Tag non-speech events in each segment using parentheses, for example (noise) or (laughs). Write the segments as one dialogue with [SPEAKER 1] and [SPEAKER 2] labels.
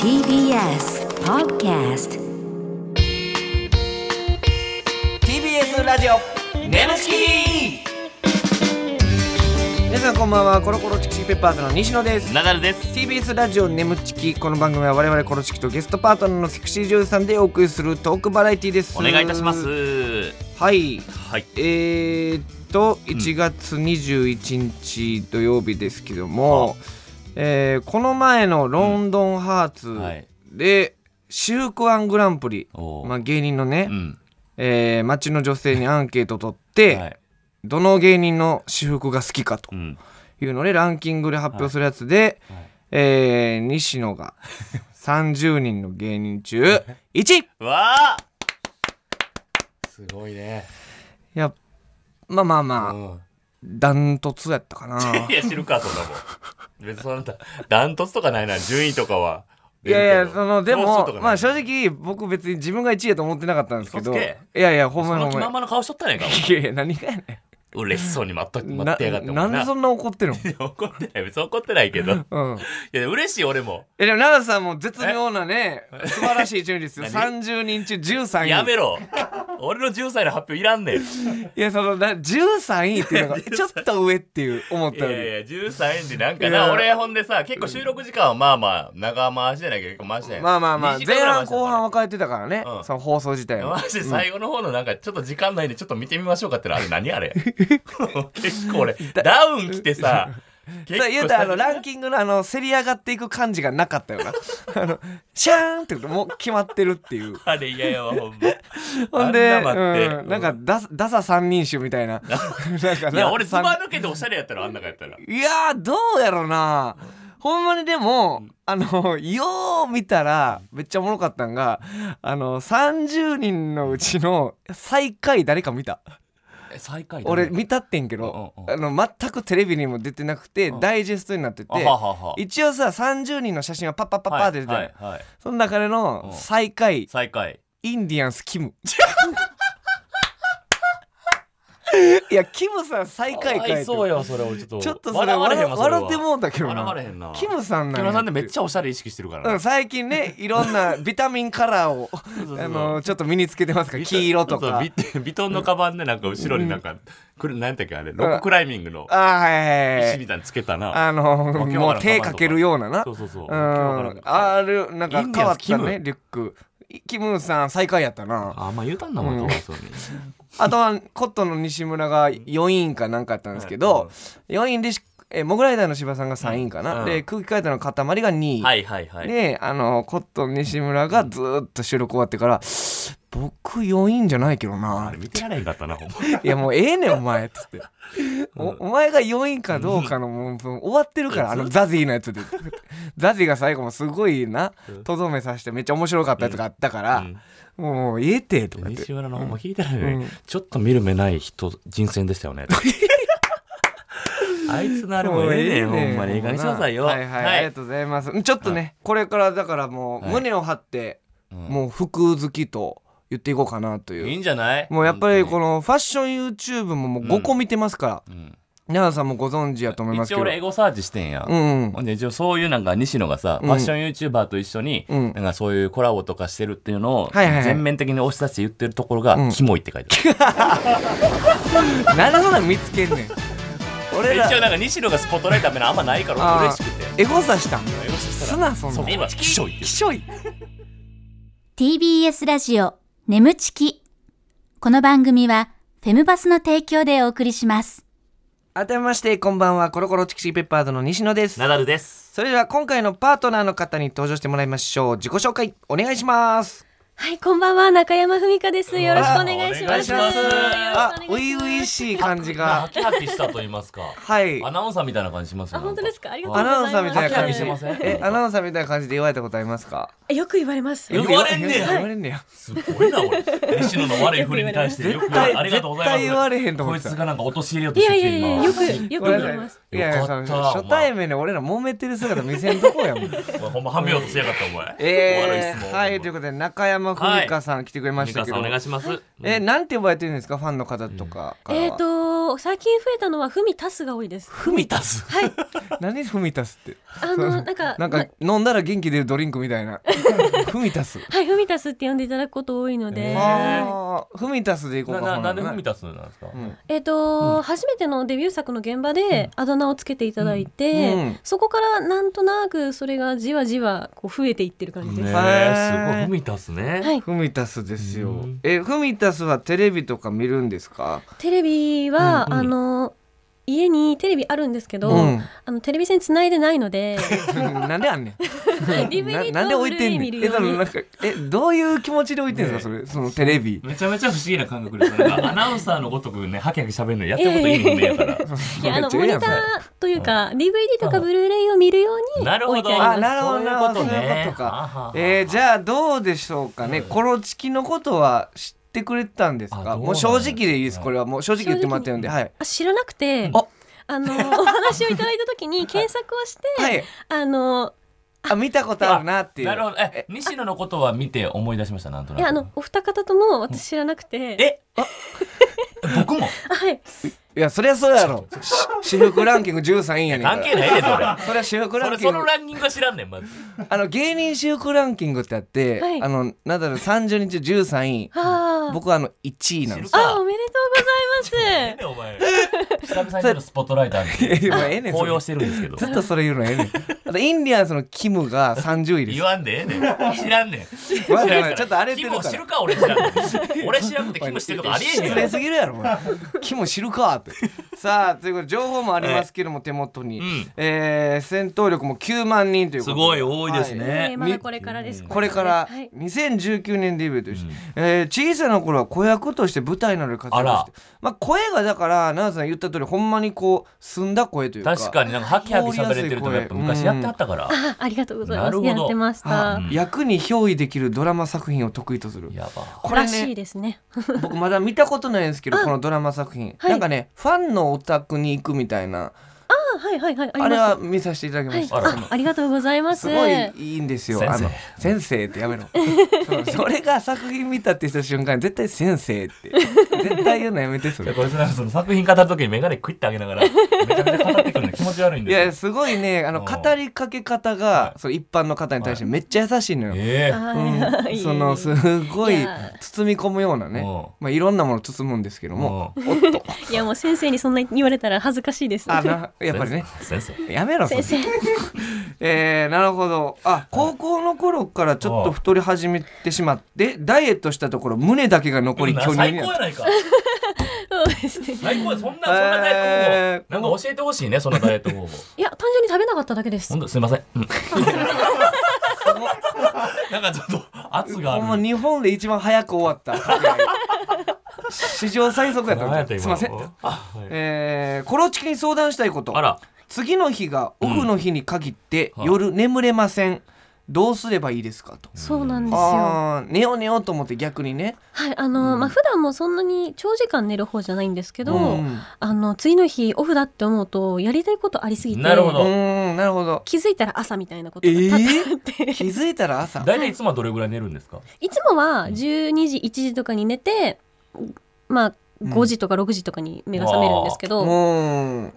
[SPEAKER 1] TBS Podcast
[SPEAKER 2] TBS ラジオネムチ
[SPEAKER 3] 皆さんこんばんはコロコロチキチキペッパーズの西野です
[SPEAKER 2] キナダルです
[SPEAKER 3] TBS ラジオネムチキこの番組は我々コロチキとゲストパートナーのセクシー女優さんでお送りするトークバラエティです
[SPEAKER 2] お願いいたします
[SPEAKER 3] はい
[SPEAKER 2] はい
[SPEAKER 3] えー、っと1月21日土曜日ですけども、えーこの前のロンドンハーツ
[SPEAKER 2] はい
[SPEAKER 3] で、シュークワングランプリ
[SPEAKER 2] おー
[SPEAKER 3] まあ、芸人のね、
[SPEAKER 2] うん
[SPEAKER 3] えー街の女性にアンケート取って、
[SPEAKER 2] はい
[SPEAKER 3] どの芸人の私服が好きかと
[SPEAKER 2] うん
[SPEAKER 3] いうのでランキングで発表するやつで、えー西野
[SPEAKER 2] (laughs)
[SPEAKER 3] が30人の芸人中1
[SPEAKER 2] わあ
[SPEAKER 4] すごいね。
[SPEAKER 3] やっまあまあま
[SPEAKER 4] う
[SPEAKER 3] あ
[SPEAKER 4] ん。
[SPEAKER 3] ダントツやったかな
[SPEAKER 2] いや知るかそんなもん別にそんなダントツとかないな順位とかはい
[SPEAKER 3] やいやそのでもまあ正
[SPEAKER 2] 直
[SPEAKER 3] 直僕別に自分が1位やと思ってなかったんですけど
[SPEAKER 2] 嘘
[SPEAKER 3] い
[SPEAKER 2] つけ
[SPEAKER 3] やいやほん
[SPEAKER 2] そ
[SPEAKER 3] まに
[SPEAKER 2] の
[SPEAKER 3] ほ
[SPEAKER 2] 気
[SPEAKER 3] ん
[SPEAKER 2] まん
[SPEAKER 3] ま
[SPEAKER 2] まの顔しとったねんか
[SPEAKER 3] にいやいや何がやね
[SPEAKER 2] お前嬉しそうに待っと
[SPEAKER 3] ん
[SPEAKER 2] 待ってやがってお
[SPEAKER 3] な
[SPEAKER 2] 前
[SPEAKER 3] なんでそんな怒
[SPEAKER 2] (laughs)
[SPEAKER 3] ってるの
[SPEAKER 2] いや怒ってない別に怒ってないけどい
[SPEAKER 3] うん、い
[SPEAKER 2] や嬉しい俺も
[SPEAKER 3] やでも奈良さんも絶妙なね素晴らしい順位ですよ
[SPEAKER 2] (laughs) 何
[SPEAKER 3] 30人中13位
[SPEAKER 2] やめろ俺の10歳の発表いらんねん
[SPEAKER 3] いやそのな13位っていう
[SPEAKER 2] (laughs)
[SPEAKER 3] のがちょっと上っていう思っ
[SPEAKER 2] い
[SPEAKER 3] た
[SPEAKER 2] や
[SPEAKER 3] よ
[SPEAKER 2] い
[SPEAKER 3] り
[SPEAKER 2] や13円でなんか
[SPEAKER 3] いや
[SPEAKER 2] な俺ほんでさ結構収録時間はまあまあ長回しじゃないけど結構回しじゃない
[SPEAKER 3] まあまあまあ
[SPEAKER 2] 2時間
[SPEAKER 3] 前
[SPEAKER 2] ぐらい
[SPEAKER 3] 半
[SPEAKER 2] 回したの
[SPEAKER 3] 後
[SPEAKER 2] かな
[SPEAKER 3] 半は変えてたからね
[SPEAKER 2] うん
[SPEAKER 3] その放送自体は
[SPEAKER 2] マジで最後の方のなんかちょっと時間内でちょっと見てみましょうかってのあれ何あれ
[SPEAKER 3] (laughs)
[SPEAKER 2] 結構俺ダウン来てさ結
[SPEAKER 3] そう言うたらあのラン
[SPEAKER 2] キ
[SPEAKER 3] キングのあのせり上がっていく感じがなかったよ
[SPEAKER 2] (laughs)
[SPEAKER 3] なあのシャーンってもう決まってるっていう
[SPEAKER 2] あれ嫌やわ (laughs) ほんま
[SPEAKER 3] ほんで
[SPEAKER 2] あんな待って
[SPEAKER 3] うんなんかダサダサ三人衆みたい
[SPEAKER 2] (laughs)
[SPEAKER 3] ななんか
[SPEAKER 2] い
[SPEAKER 3] な
[SPEAKER 2] や俺ズ
[SPEAKER 3] 三
[SPEAKER 2] バ抜けておしゃれやったらあん中やったら
[SPEAKER 3] いやーどうやろなほんまにでもあの (laughs) よう見たらめっちゃおもろかったんがあの30人のうちの最下位誰か見た
[SPEAKER 2] え最下位だね
[SPEAKER 3] 俺見たってんけど
[SPEAKER 2] うんうん
[SPEAKER 3] あの全くテレビにも出てなくて
[SPEAKER 2] ん
[SPEAKER 3] ダイジェストになってて
[SPEAKER 2] あははは
[SPEAKER 3] 一応さ30人の写真はパッパッパッパーって出てた
[SPEAKER 2] は
[SPEAKER 3] よ
[SPEAKER 2] いはいはい
[SPEAKER 3] その中で
[SPEAKER 2] うん
[SPEAKER 3] の最下位
[SPEAKER 2] 最下位
[SPEAKER 3] インディアンスキ
[SPEAKER 2] (laughs)
[SPEAKER 3] ムいやキムさん最下位かいって
[SPEAKER 2] そうよそれ俺ちょっと
[SPEAKER 3] ちょっとそれ
[SPEAKER 2] 笑われへん
[SPEAKER 3] 笑
[SPEAKER 2] わ
[SPEAKER 3] 笑って
[SPEAKER 2] う
[SPEAKER 3] もうたけど
[SPEAKER 2] 笑わ
[SPEAKER 3] な
[SPEAKER 2] れへんな
[SPEAKER 3] キムさんなん
[SPEAKER 2] 木
[SPEAKER 3] や
[SPEAKER 2] 村さんでめっちゃおしゃれ意識してるから
[SPEAKER 3] うん、
[SPEAKER 2] な
[SPEAKER 3] 最近
[SPEAKER 2] (laughs)
[SPEAKER 3] ねいろんなビタミンカラーを
[SPEAKER 2] うそうそう
[SPEAKER 3] あのちょっと身につけてますから黄色と
[SPEAKER 2] そうそう
[SPEAKER 3] か
[SPEAKER 2] ビ (laughs) トビトンのカバンでなんか後ろになんか、くるなんやったっけあれロッククライミングの
[SPEAKER 3] あーはいはいは
[SPEAKER 2] 石み
[SPEAKER 3] い
[SPEAKER 2] たいなのつけたな
[SPEAKER 3] あの
[SPEAKER 2] わけわ
[SPEAKER 3] も
[SPEAKER 2] から
[SPEAKER 3] う
[SPEAKER 2] ん
[SPEAKER 3] 手かけるようなな
[SPEAKER 2] そうそうそう
[SPEAKER 3] う
[SPEAKER 2] わけわ
[SPEAKER 3] ん
[SPEAKER 2] からん
[SPEAKER 3] あるなんか
[SPEAKER 2] インディ
[SPEAKER 3] 変
[SPEAKER 2] ア
[SPEAKER 3] わ
[SPEAKER 2] ン
[SPEAKER 3] っ
[SPEAKER 2] ス
[SPEAKER 3] た
[SPEAKER 2] キ
[SPEAKER 3] ねリュックいキムさん最下位やったな
[SPEAKER 2] あんま言うたんだもんかわいそうに、
[SPEAKER 3] あとはコットンの西村が4位かなんかやったんですけ
[SPEAKER 2] はい
[SPEAKER 3] ど4位でしえーモグライダーの柴さんが3位か
[SPEAKER 2] うん
[SPEAKER 3] なで空気階段の塊が2位
[SPEAKER 2] はいはいはい
[SPEAKER 3] であのコットン西村がずーっと収録終わってから「僕4位じゃないけどな
[SPEAKER 2] あれ」見てられへんかったなほんま
[SPEAKER 3] (laughs) いやもうええねんお前」っつ
[SPEAKER 2] (laughs)
[SPEAKER 3] って。おお前が4位かどうかのもうもう終わってるからあのザジーのやつでザジーが最後もすごいなとどめさしてめっちゃ面白かったやつがあったから「もうええて」とか言って
[SPEAKER 2] 西村のほんま聞いてないのに、
[SPEAKER 3] うん
[SPEAKER 2] ちょっと見る目ない人人選でし
[SPEAKER 3] (laughs)
[SPEAKER 2] たよねあいつのあれもええねんほんまにいい加減にしなさいよ
[SPEAKER 3] はいはい、ありがとうございますんちょっとね、これからだからもう
[SPEAKER 2] はい
[SPEAKER 3] 胸を張って、もう服好きと言っていこうかなという
[SPEAKER 2] いいんじゃない
[SPEAKER 3] もうやっぱりこ
[SPEAKER 2] の、
[SPEAKER 3] のファッション YouTube ももう5個見てますから、
[SPEAKER 2] うん
[SPEAKER 3] 奈良さんもご存知やと思いますけ
[SPEAKER 2] 一応
[SPEAKER 3] ど
[SPEAKER 2] 俺エゴサーチしてんや、
[SPEAKER 3] うん
[SPEAKER 2] ほんで一応そういうなんか西野がさ、
[SPEAKER 3] うん
[SPEAKER 2] ファッション YouTuber と一緒に、
[SPEAKER 3] うん
[SPEAKER 2] なんかそういうコラボとかしてるっていうのを
[SPEAKER 3] はいはいはい
[SPEAKER 2] 全面的に押し出して言ってるところが「
[SPEAKER 3] うん
[SPEAKER 2] キモい」って書いてある、
[SPEAKER 3] なんでそんなん見つけんねん俺ら
[SPEAKER 2] 一応なんか西野がスポットライトためのあんまないから
[SPEAKER 3] あー
[SPEAKER 2] 嬉しくて
[SPEAKER 3] エゴサしたん
[SPEAKER 2] エゴサした
[SPEAKER 3] す
[SPEAKER 2] ら
[SPEAKER 3] なそん
[SPEAKER 2] そ
[SPEAKER 3] な
[SPEAKER 2] こがキショイって
[SPEAKER 3] きしょい
[SPEAKER 1] TBS ラジオ眠ちきこの番組はフェムバスの提供でお送りします
[SPEAKER 3] 改めましてこんばんはコロコロチキシーペッパーズの西野です
[SPEAKER 2] ナダルです
[SPEAKER 3] それでは今回のパートナーの方に登場してもらいましょう自己紹介お願いします
[SPEAKER 5] はい、こんばんは、中山文香です。よろしくお願い
[SPEAKER 2] お
[SPEAKER 5] しま
[SPEAKER 2] 願い
[SPEAKER 5] す。
[SPEAKER 2] します
[SPEAKER 3] あ、
[SPEAKER 5] よろ
[SPEAKER 3] 初
[SPEAKER 5] しくお願い
[SPEAKER 3] 々
[SPEAKER 5] し
[SPEAKER 3] しい感じ
[SPEAKER 2] ハ
[SPEAKER 3] が。
[SPEAKER 2] キハキしたと言いますか
[SPEAKER 3] はい。
[SPEAKER 2] アナウンサーみたいな感じします
[SPEAKER 5] ま
[SPEAKER 2] よ
[SPEAKER 5] す。あ、本当ですか。ありがとう
[SPEAKER 3] ア
[SPEAKER 5] ござい
[SPEAKER 3] ナウ
[SPEAKER 5] ま
[SPEAKER 3] ン
[SPEAKER 5] す。
[SPEAKER 3] サーみたいな感じ
[SPEAKER 2] し
[SPEAKER 3] してて
[SPEAKER 2] ま
[SPEAKER 3] ま
[SPEAKER 2] せ
[SPEAKER 3] せ
[SPEAKER 2] ん
[SPEAKER 3] ん。え、アナウンサーみたいな感じで言われたことありますか。
[SPEAKER 5] ん。よく言われます。
[SPEAKER 2] よく言われんねや
[SPEAKER 3] よく言われんねや。
[SPEAKER 2] すごいな俺西野の悪いふりに対してよく
[SPEAKER 3] 絶
[SPEAKER 2] 言われ
[SPEAKER 3] 対
[SPEAKER 2] ありがとうご
[SPEAKER 3] 絶
[SPEAKER 2] ざいます
[SPEAKER 3] 対言われへんと思
[SPEAKER 2] こ
[SPEAKER 3] っ
[SPEAKER 2] い
[SPEAKER 3] て
[SPEAKER 2] つ
[SPEAKER 3] た。
[SPEAKER 2] がなんか落とし入れよう
[SPEAKER 5] い
[SPEAKER 2] とし
[SPEAKER 5] や
[SPEAKER 2] て
[SPEAKER 5] い
[SPEAKER 2] き
[SPEAKER 5] や
[SPEAKER 2] て
[SPEAKER 5] い
[SPEAKER 2] 今
[SPEAKER 5] や、よく、よく言われます。
[SPEAKER 3] いやいや
[SPEAKER 2] よ
[SPEAKER 3] そ
[SPEAKER 2] か
[SPEAKER 3] の
[SPEAKER 2] った
[SPEAKER 3] 初対面で俺ら揉めてる姿見せんとこやも
[SPEAKER 2] (laughs)
[SPEAKER 3] ん
[SPEAKER 2] お前ほんまはめようとしやがったお前
[SPEAKER 3] え
[SPEAKER 2] 悪い質
[SPEAKER 3] ー、
[SPEAKER 2] 問
[SPEAKER 3] はいということで中山文香さん来てくれま
[SPEAKER 2] 美
[SPEAKER 3] した
[SPEAKER 2] 香
[SPEAKER 3] け
[SPEAKER 2] さ
[SPEAKER 3] ど、
[SPEAKER 2] んお願いします
[SPEAKER 3] えーなんて呼ばれてるんですかファンの方とかからは
[SPEAKER 5] えっ、と最近増えたのはふみたすが多いです。
[SPEAKER 2] 踏み足す
[SPEAKER 5] はい。
[SPEAKER 3] 何フミタスって
[SPEAKER 5] あ
[SPEAKER 3] (laughs)
[SPEAKER 5] のなんか
[SPEAKER 3] なんか飲んだら元気出るドリンクみた
[SPEAKER 2] (laughs)
[SPEAKER 3] いなフミタス
[SPEAKER 5] はいふみたすって呼んでいただくこと多いので。
[SPEAKER 2] えー
[SPEAKER 3] あーフミタスでいこう
[SPEAKER 2] な
[SPEAKER 3] か
[SPEAKER 2] ななんで踏み
[SPEAKER 3] タ
[SPEAKER 2] 足すなんですか
[SPEAKER 5] えっ、と、初めてのデビュー作の現場であだ名をつけていただいて、
[SPEAKER 3] うんうん
[SPEAKER 5] そこからなんとなくそれがじわじわこう増えていってる感じです。
[SPEAKER 2] ね
[SPEAKER 3] はい
[SPEAKER 2] えすごい踏み足すね
[SPEAKER 5] はい
[SPEAKER 3] フミタスですよ
[SPEAKER 2] うん
[SPEAKER 3] えフミタスはテレビとか見るんですか
[SPEAKER 5] テレビは、
[SPEAKER 2] うん
[SPEAKER 5] あの家にテレビあるんですけど、
[SPEAKER 3] うん
[SPEAKER 5] あのテレビ線つないでない
[SPEAKER 3] (laughs)
[SPEAKER 5] ので
[SPEAKER 3] なんであんねん
[SPEAKER 5] (laughs) DVD
[SPEAKER 3] ななんで
[SPEAKER 5] と
[SPEAKER 3] 置いてんね
[SPEAKER 5] Blu-ray 見
[SPEAKER 3] ん
[SPEAKER 5] る
[SPEAKER 3] え
[SPEAKER 5] よ
[SPEAKER 3] そうの
[SPEAKER 5] に
[SPEAKER 3] なんかえどういう気持ちで置いてんですかそれそのテレビ
[SPEAKER 2] めちゃめちゃ不思議な感覚 (laughs) ですなんかアナウンサーのごとくねハキハキ喋るのやったこといいもんね
[SPEAKER 3] (laughs)
[SPEAKER 2] やから
[SPEAKER 5] いやあのモ
[SPEAKER 3] めっちゃええ
[SPEAKER 5] ニ
[SPEAKER 3] や
[SPEAKER 5] タ
[SPEAKER 3] ん
[SPEAKER 5] ーというか DVD とかブルーレイを見るように
[SPEAKER 2] なる
[SPEAKER 5] 置
[SPEAKER 2] ほ
[SPEAKER 5] いて
[SPEAKER 2] ど
[SPEAKER 5] あ
[SPEAKER 3] あ
[SPEAKER 5] り
[SPEAKER 3] な
[SPEAKER 5] ま
[SPEAKER 3] るほどなるほど
[SPEAKER 2] そういうことね
[SPEAKER 3] そういうこと
[SPEAKER 2] あは
[SPEAKER 3] か
[SPEAKER 2] は
[SPEAKER 3] えーじゃあどうでしょうかねコロチキのことは知ってくれてたんです
[SPEAKER 2] あ
[SPEAKER 3] か
[SPEAKER 2] どう
[SPEAKER 3] もう正直でいいですこれはもう正直言ってもらってるんではい
[SPEAKER 5] すあ知らなくて
[SPEAKER 3] あ
[SPEAKER 5] あのお話をいただいた
[SPEAKER 3] (laughs)
[SPEAKER 5] 時に検索をして、
[SPEAKER 3] はい
[SPEAKER 5] あの
[SPEAKER 3] あ見たことあるなっていう
[SPEAKER 2] なるほどえ西野のことは見て思い出しましたなんと
[SPEAKER 5] いや
[SPEAKER 2] な
[SPEAKER 5] あ
[SPEAKER 2] く
[SPEAKER 5] のお二方とも私知らなくて
[SPEAKER 2] えあ僕も
[SPEAKER 5] あはい
[SPEAKER 3] いやそりゃそうやろし (laughs) 私服ランキング13位やねんから
[SPEAKER 2] 関
[SPEAKER 3] (laughs)
[SPEAKER 2] 係ないねそれ
[SPEAKER 3] それは私服
[SPEAKER 2] そ
[SPEAKER 3] ラン
[SPEAKER 2] れ
[SPEAKER 3] キン
[SPEAKER 2] そ
[SPEAKER 3] グ
[SPEAKER 2] のランキングは知らんねんまず
[SPEAKER 3] あの芸人私服ランキングってあって、
[SPEAKER 5] はい
[SPEAKER 3] あのなんだろう30日13位
[SPEAKER 5] あー
[SPEAKER 3] 僕はあの1位なんですよ
[SPEAKER 5] あおめでとう
[SPEAKER 3] (laughs)
[SPEAKER 5] ござい
[SPEAKER 2] ねお前久々にちょっとスポットライト浴びて
[SPEAKER 3] いやまあ (laughs) ええねんそ
[SPEAKER 2] 高
[SPEAKER 3] れ
[SPEAKER 2] 揚してるんですけど
[SPEAKER 3] ずっとそれ言うのええねんあとインディアンスのキムが30位です
[SPEAKER 2] 言わんでええね
[SPEAKER 3] (laughs)
[SPEAKER 2] ん知らんねん知
[SPEAKER 3] わか
[SPEAKER 2] らん
[SPEAKER 3] ん
[SPEAKER 2] か
[SPEAKER 3] ない
[SPEAKER 2] ら
[SPEAKER 3] ちょっと荒れて
[SPEAKER 2] キ
[SPEAKER 3] る
[SPEAKER 2] ム
[SPEAKER 3] か
[SPEAKER 2] を知る
[SPEAKER 3] ら
[SPEAKER 2] か俺知らんね
[SPEAKER 3] (laughs)
[SPEAKER 2] ん俺知らんくてキム知ってるとかありえへん
[SPEAKER 3] 失
[SPEAKER 2] や
[SPEAKER 3] 礼
[SPEAKER 2] ん
[SPEAKER 3] すぎるやろお前キム知るかってさあということで情報もありますけども手元に、
[SPEAKER 2] うん
[SPEAKER 3] えー戦闘力も9万人というこ
[SPEAKER 2] す
[SPEAKER 3] と
[SPEAKER 2] ごい多いです
[SPEAKER 5] ます、え
[SPEAKER 2] ね
[SPEAKER 5] ーまだこれからです
[SPEAKER 3] これから
[SPEAKER 5] はい
[SPEAKER 3] 2019年デビューとして、えー小さな頃は子役として舞台などで活躍
[SPEAKER 2] あら
[SPEAKER 3] してまあ声がだから奈々さん言った通りほんまにこう澄んだ声というか
[SPEAKER 2] 確かになんかハキハキ喋れてるとかやっぱ昔やってはったから
[SPEAKER 5] あありがとうござい
[SPEAKER 2] な
[SPEAKER 5] ま
[SPEAKER 2] る
[SPEAKER 5] す
[SPEAKER 2] ほど
[SPEAKER 5] やってまし
[SPEAKER 3] あ
[SPEAKER 5] た
[SPEAKER 2] ん
[SPEAKER 3] 役に憑依できるドラマ作品を得意とする
[SPEAKER 2] やば
[SPEAKER 3] これ
[SPEAKER 5] らしい
[SPEAKER 3] ね
[SPEAKER 5] ですね
[SPEAKER 3] (laughs) 僕まだ見たことないんですけどこのドラマ作品、
[SPEAKER 5] はい
[SPEAKER 3] なんかねファンのお宅に行くみたいな
[SPEAKER 5] あはいはいはいあり
[SPEAKER 3] あ
[SPEAKER 5] ま
[SPEAKER 3] れ
[SPEAKER 5] す
[SPEAKER 3] は見させていただきました、
[SPEAKER 5] はい
[SPEAKER 2] あら
[SPEAKER 5] あありがとうございます
[SPEAKER 3] すごいいいんですよ
[SPEAKER 2] 先生
[SPEAKER 3] あの先生ってやめろそうそれが作品見たってした瞬間に絶対先生って絶対言うのやめてそ
[SPEAKER 2] いや
[SPEAKER 3] れ
[SPEAKER 2] こいつなんかその作品語る時に眼鏡クイッて上げながらめちゃめちゃ語ってくるの気持ち悪いん
[SPEAKER 3] いや
[SPEAKER 2] です
[SPEAKER 3] すごいねあの
[SPEAKER 2] うん
[SPEAKER 3] 語りかけ方がその一般の方に対してめっちゃ優しいのよ、
[SPEAKER 2] よええ
[SPEAKER 5] は
[SPEAKER 3] う
[SPEAKER 5] (laughs) い
[SPEAKER 3] ん、そのすごい
[SPEAKER 5] いや
[SPEAKER 3] 包み込むようなね
[SPEAKER 2] う
[SPEAKER 3] まあ、いろんなものを包むんですけども
[SPEAKER 2] もう
[SPEAKER 5] いやもう先生にそんな言われたら恥ずかしいです。
[SPEAKER 3] あなやっぱりね
[SPEAKER 2] 先生
[SPEAKER 3] やめろそれ
[SPEAKER 5] 先生、
[SPEAKER 3] えー、なるほどあ高校の頃からちょっと太り始めてしまってダイエットしたところ胸だけが残り巨乳
[SPEAKER 2] 最
[SPEAKER 3] に
[SPEAKER 2] 高
[SPEAKER 3] なっ
[SPEAKER 2] やないか
[SPEAKER 5] そうですね。
[SPEAKER 2] 最高やそんなそんなダイエット方法なんか教えてほしいねそのダイエッ
[SPEAKER 3] (laughs)
[SPEAKER 2] ト方法
[SPEAKER 5] いや単純に食べなかっただけです
[SPEAKER 2] ほん。とすいませんうんなんかちょっと圧
[SPEAKER 3] た
[SPEAKER 2] が
[SPEAKER 3] ほんま
[SPEAKER 2] ある
[SPEAKER 3] 日本で一番早く終わ
[SPEAKER 2] (laughs)
[SPEAKER 3] った史上最速やったすいません、
[SPEAKER 2] あはい
[SPEAKER 3] えー、コロチキに相談したいこと
[SPEAKER 2] あら
[SPEAKER 3] 次の日がオフの日に限って
[SPEAKER 2] うん
[SPEAKER 3] 夜眠れません、どうすればいいですかと
[SPEAKER 5] そうなんですよ。は
[SPEAKER 3] あー寝よう寝ようと思って逆にね
[SPEAKER 5] いあの、まあ普段もそんなに長時間寝る方じゃないんですけど、
[SPEAKER 3] うん
[SPEAKER 5] あの次の日オフだって思うとやりたいことありすぎて、
[SPEAKER 2] なるほ
[SPEAKER 3] う
[SPEAKER 2] ど
[SPEAKER 3] ーんなるほど
[SPEAKER 5] 気づいたら朝みたいなことが多々あって、
[SPEAKER 3] (laughs) 気づいたら朝
[SPEAKER 2] 大体いつもはどれぐらい寝るんですか
[SPEAKER 5] いつもは12時1時とかに寝て、まあ5時とか6時とかに目が覚めるんですけど。
[SPEAKER 3] うん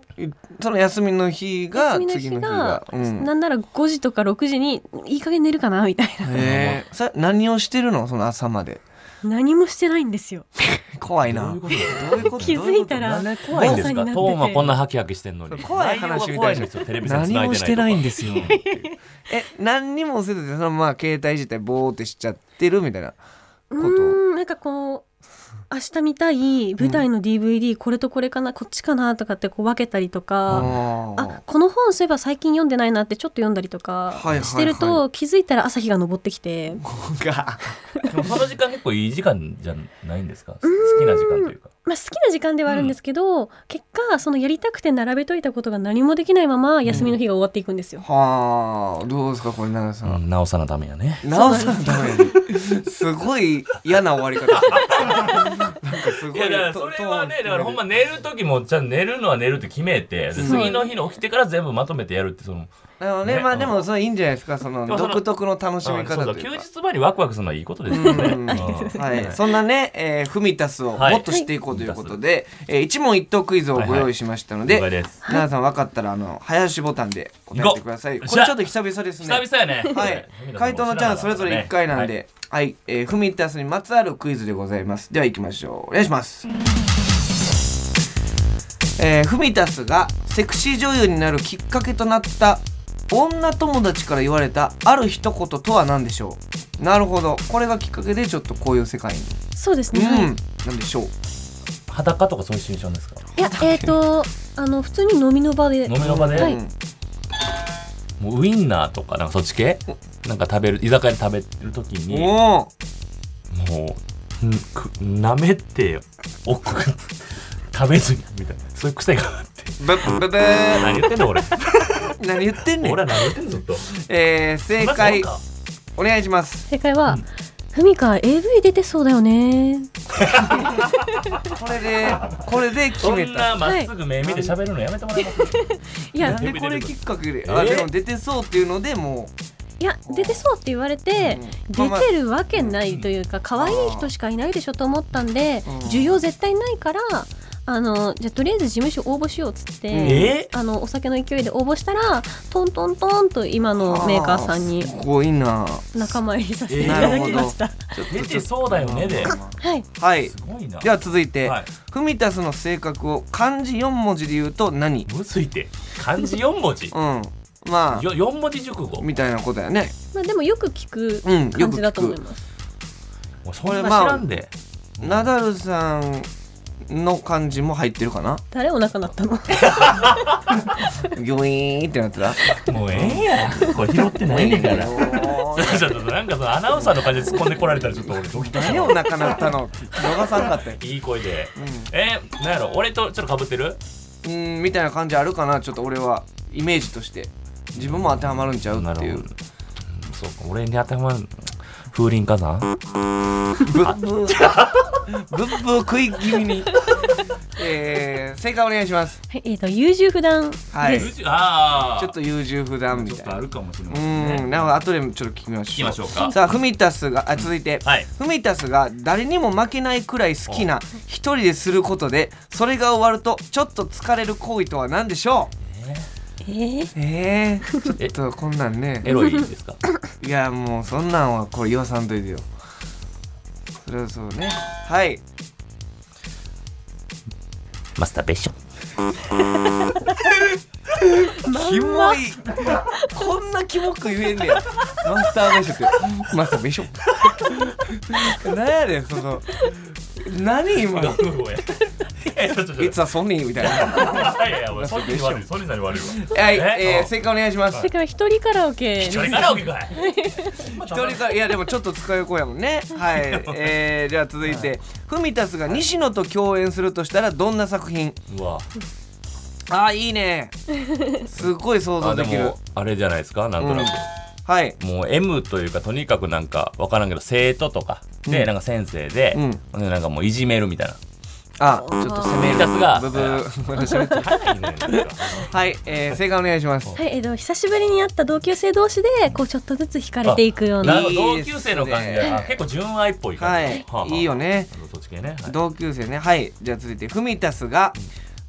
[SPEAKER 3] その休みの日が
[SPEAKER 5] 休みの
[SPEAKER 3] 次
[SPEAKER 5] 日
[SPEAKER 3] の日
[SPEAKER 5] が
[SPEAKER 3] が、うん
[SPEAKER 5] なんなら5時とか6時にいい加減寝るかなみたいな
[SPEAKER 3] へえさ何をしてるのその朝まで
[SPEAKER 5] 何もしてないんですよ
[SPEAKER 3] 怖い
[SPEAKER 2] ど
[SPEAKER 3] な
[SPEAKER 2] ういうこと
[SPEAKER 3] どういうこと
[SPEAKER 5] (laughs) 気づいたら
[SPEAKER 3] どううこ
[SPEAKER 2] 怖いんです
[SPEAKER 5] 朝にな
[SPEAKER 2] か
[SPEAKER 5] って
[SPEAKER 2] トーンはこんなハキハキしてんのに
[SPEAKER 3] 怖い話みたい
[SPEAKER 2] 内
[SPEAKER 3] な
[SPEAKER 2] 容が怖んですよテレ
[SPEAKER 3] と
[SPEAKER 2] ビ線
[SPEAKER 3] 何もしてないん
[SPEAKER 2] で
[SPEAKER 3] ですよえ何にもせずそのまあ携帯自体ボーってしちゃってるみたいな
[SPEAKER 5] う
[SPEAKER 3] と
[SPEAKER 5] ーんなんかこう明日見たい舞台の DVD、これとこれかなこっちかなとかってこう分けたりとか、
[SPEAKER 3] あ
[SPEAKER 5] あこの本そういえば最近読んでないなってちょっと読んだりとか
[SPEAKER 3] はいはいはい
[SPEAKER 5] してると、気づいたら朝日が昇ってきて
[SPEAKER 3] ー (laughs) が
[SPEAKER 2] でもその時間結構いい時間じゃないんで
[SPEAKER 3] (laughs)
[SPEAKER 2] すか好きな時間というか
[SPEAKER 5] まあ、好きな時間ではあるんですけど、結果そのやりたくて並べといたことが何もできないまま休みの日が終わっていくんですよ。
[SPEAKER 3] はあどうですかこれ奈々さん、
[SPEAKER 2] うんなおさなためやね
[SPEAKER 3] なおさんのためにすごい嫌な終わり方なんかすご
[SPEAKER 2] い
[SPEAKER 3] い
[SPEAKER 2] やだからそれはねだからほんま寝る時もじゃあ寝るのは寝るって決めてで
[SPEAKER 5] そう
[SPEAKER 2] 次の日の起きてから全部まとめてやるってその
[SPEAKER 3] なるほどね
[SPEAKER 2] ね
[SPEAKER 3] まあでもそれいいんじゃないですかその
[SPEAKER 2] でもその
[SPEAKER 3] 独特の楽しみ
[SPEAKER 2] あそう
[SPEAKER 3] 方
[SPEAKER 2] そう
[SPEAKER 3] とい
[SPEAKER 2] 休
[SPEAKER 3] うか
[SPEAKER 2] 日前にワクワクするのはいいことですよね。
[SPEAKER 3] うんはい、そんなね、えー、フミタスを
[SPEAKER 2] はい
[SPEAKER 3] もっと知っていこうということで、えー一問一答クイズをご用意しましたので、
[SPEAKER 2] 了解です
[SPEAKER 3] 皆さん分かったらあの早押しボタンで答えてください
[SPEAKER 2] 行
[SPEAKER 3] こ
[SPEAKER 2] こう
[SPEAKER 3] れちょっと久々ですね
[SPEAKER 2] 久々
[SPEAKER 3] (laughs)
[SPEAKER 2] やね。
[SPEAKER 3] はい回答のチャンスそれぞれ1回なんで、はい、えーフミタスにまつわるクイズでございますでは行きましょうお願いしますえー、フミタスがセクシー女優になるきっかけとなった女友達から言われたある一言とは何でしょうなるほどこれがきっかけでちょっとこういう世界に
[SPEAKER 5] そうです
[SPEAKER 3] う
[SPEAKER 5] ね、はい
[SPEAKER 3] んなんでしょう
[SPEAKER 2] はい。裸とかそういうシチュエーションですか。
[SPEAKER 5] いやえっ、とあの普通に飲みの場で
[SPEAKER 2] 飲みの場で、
[SPEAKER 5] はい
[SPEAKER 3] うん
[SPEAKER 2] もうウインナーとかなんかそっち系なんか食べる居酒屋で食べる時にも
[SPEAKER 3] おお
[SPEAKER 2] ううんく舐めて奥 (laughs) 食べずにみたいなそういう癖があって
[SPEAKER 3] ブブブ
[SPEAKER 2] 何
[SPEAKER 3] ー
[SPEAKER 2] 言ってんの俺
[SPEAKER 3] 何言ってんねん
[SPEAKER 2] 俺は何言ってんのずっと
[SPEAKER 3] えー、正解
[SPEAKER 2] まあそ
[SPEAKER 3] お願いします
[SPEAKER 5] 正解は、ふみか AV 出てそうだよね
[SPEAKER 3] これでこれで決
[SPEAKER 2] うか
[SPEAKER 3] め
[SPEAKER 2] そん
[SPEAKER 3] た
[SPEAKER 2] なまっすぐ目見て喋るのやめてもらえます
[SPEAKER 5] いや
[SPEAKER 3] (laughs) なんでこれきっかけで、
[SPEAKER 2] えー
[SPEAKER 3] あでも出てそうっていうのでも
[SPEAKER 5] いや出てそうって言われて、
[SPEAKER 3] うん
[SPEAKER 5] 出てるわけないというか可愛い人しかいないでしょと思ったんで、
[SPEAKER 3] うん
[SPEAKER 5] 需要絶対ないからあのじゃあとりあえず事務所応募しようっつって、
[SPEAKER 3] うん
[SPEAKER 2] え
[SPEAKER 5] あのお酒の勢いで応募したらトントントンと今のメーカーさんに
[SPEAKER 3] あすごいな
[SPEAKER 5] 仲間入りさせていただきました、
[SPEAKER 3] ちょっと
[SPEAKER 2] 出てそうだよねで
[SPEAKER 5] はい
[SPEAKER 3] はい
[SPEAKER 2] すごいな
[SPEAKER 3] では続いて、
[SPEAKER 2] はい
[SPEAKER 3] フミタスの性格を漢字4文字で言うと何
[SPEAKER 2] むずいって漢字4文字
[SPEAKER 3] うんまあ
[SPEAKER 2] よ4文字熟語
[SPEAKER 3] みたいなことやね
[SPEAKER 5] まあでもよく聞く
[SPEAKER 3] うんよ
[SPEAKER 5] 感
[SPEAKER 3] く
[SPEAKER 5] じ
[SPEAKER 3] 聞
[SPEAKER 5] だと思い
[SPEAKER 3] く
[SPEAKER 5] ます、
[SPEAKER 2] もうそれは
[SPEAKER 3] ま
[SPEAKER 2] 知
[SPEAKER 3] あ
[SPEAKER 2] らんで、
[SPEAKER 3] ナダルさんの漢字も入ってるかな
[SPEAKER 5] 誰お腹鳴ったの
[SPEAKER 3] ギョイーンってなって
[SPEAKER 2] (laughs)
[SPEAKER 3] た
[SPEAKER 2] もうええやんこれ拾ってないねんか
[SPEAKER 3] (laughs)
[SPEAKER 2] ら
[SPEAKER 3] おー
[SPEAKER 2] (laughs) ちょっとなんかそのアナウンサーの感じで突っ込んでこられたらちょっと俺ドキドキ
[SPEAKER 3] 何をなかなったの逃さんかったよ
[SPEAKER 2] いい声で、えー、なんやろ俺とちょっと被ってる
[SPEAKER 3] うんみたいな感じあるかなちょっと俺はイメージとして自分も当てはまるんちゃうっていう
[SPEAKER 2] なるそうか俺に当てはまる風林火山
[SPEAKER 3] ブッブーブッブー食い気味にえー、正解お願いします
[SPEAKER 5] はいえっ、と優柔不断です、
[SPEAKER 3] はい
[SPEAKER 2] ああ
[SPEAKER 3] ちょっと優柔不断みたいな
[SPEAKER 2] かもしれま
[SPEAKER 3] うーんなので後でちょっと聞きましょう
[SPEAKER 2] 聞きましょうか
[SPEAKER 3] さあフミタスがあ続いて、
[SPEAKER 2] はい
[SPEAKER 3] フミタスが誰にも負けないくらい好きな一人ですることでそれが終わるとちょっと疲れる行為とは何でしょ
[SPEAKER 5] えー
[SPEAKER 3] うえー、ちょっとこんなんね
[SPEAKER 2] エロいですか
[SPEAKER 3] いやもうそんなんはこれ言わさんといてよそれはそうねはい
[SPEAKER 2] (laughs) マスターベーション (laughs)
[SPEAKER 3] キモいこんなキモく言えんねやマスターベーションってマスターベーション何やねんその何今の
[SPEAKER 2] どうやいやちょっとちょ
[SPEAKER 3] い
[SPEAKER 2] っ
[SPEAKER 3] つはソニーみたいな
[SPEAKER 2] といやいや俺ソニーに悪いソニーさんに悪いわ
[SPEAKER 3] はい、
[SPEAKER 2] え
[SPEAKER 3] えー、正解お願いします
[SPEAKER 5] だから一人カラオケ
[SPEAKER 2] 一人カラオケかい
[SPEAKER 3] 一人かいやでもちょっと使う子やもんねはいえー、では続いてフミタスが西野と共演するとしたらどんな作品
[SPEAKER 2] うわ
[SPEAKER 3] あーいいねすごい想像
[SPEAKER 2] あで
[SPEAKER 3] できる
[SPEAKER 2] もあれじゃないですかなんとなく、
[SPEAKER 3] はい
[SPEAKER 2] もう M というかとにかくなんか分からんけど生徒とかで、
[SPEAKER 3] うん
[SPEAKER 2] なんか先生で、
[SPEAKER 3] うん
[SPEAKER 2] ほんでなんかもういじめるみたいな
[SPEAKER 3] あちょっと攻める
[SPEAKER 2] ひたすが
[SPEAKER 3] ブブー私は
[SPEAKER 2] 早いねなんか
[SPEAKER 3] (laughs) はい、えー、正解お願いします
[SPEAKER 5] はい、えっと久しぶりに会った同級生同士でこうちょっとずつ惹かれていくよう
[SPEAKER 2] な
[SPEAKER 5] な
[SPEAKER 2] るほど
[SPEAKER 3] いい
[SPEAKER 2] 同
[SPEAKER 3] っすね
[SPEAKER 2] 級生の感じで、あ結構純愛っぽい
[SPEAKER 3] は
[SPEAKER 2] 感じ
[SPEAKER 3] い、いいよ
[SPEAKER 2] ね
[SPEAKER 3] ね
[SPEAKER 2] そっち系ね、はい
[SPEAKER 3] 同級生ねはいじゃあ続いてフミタスが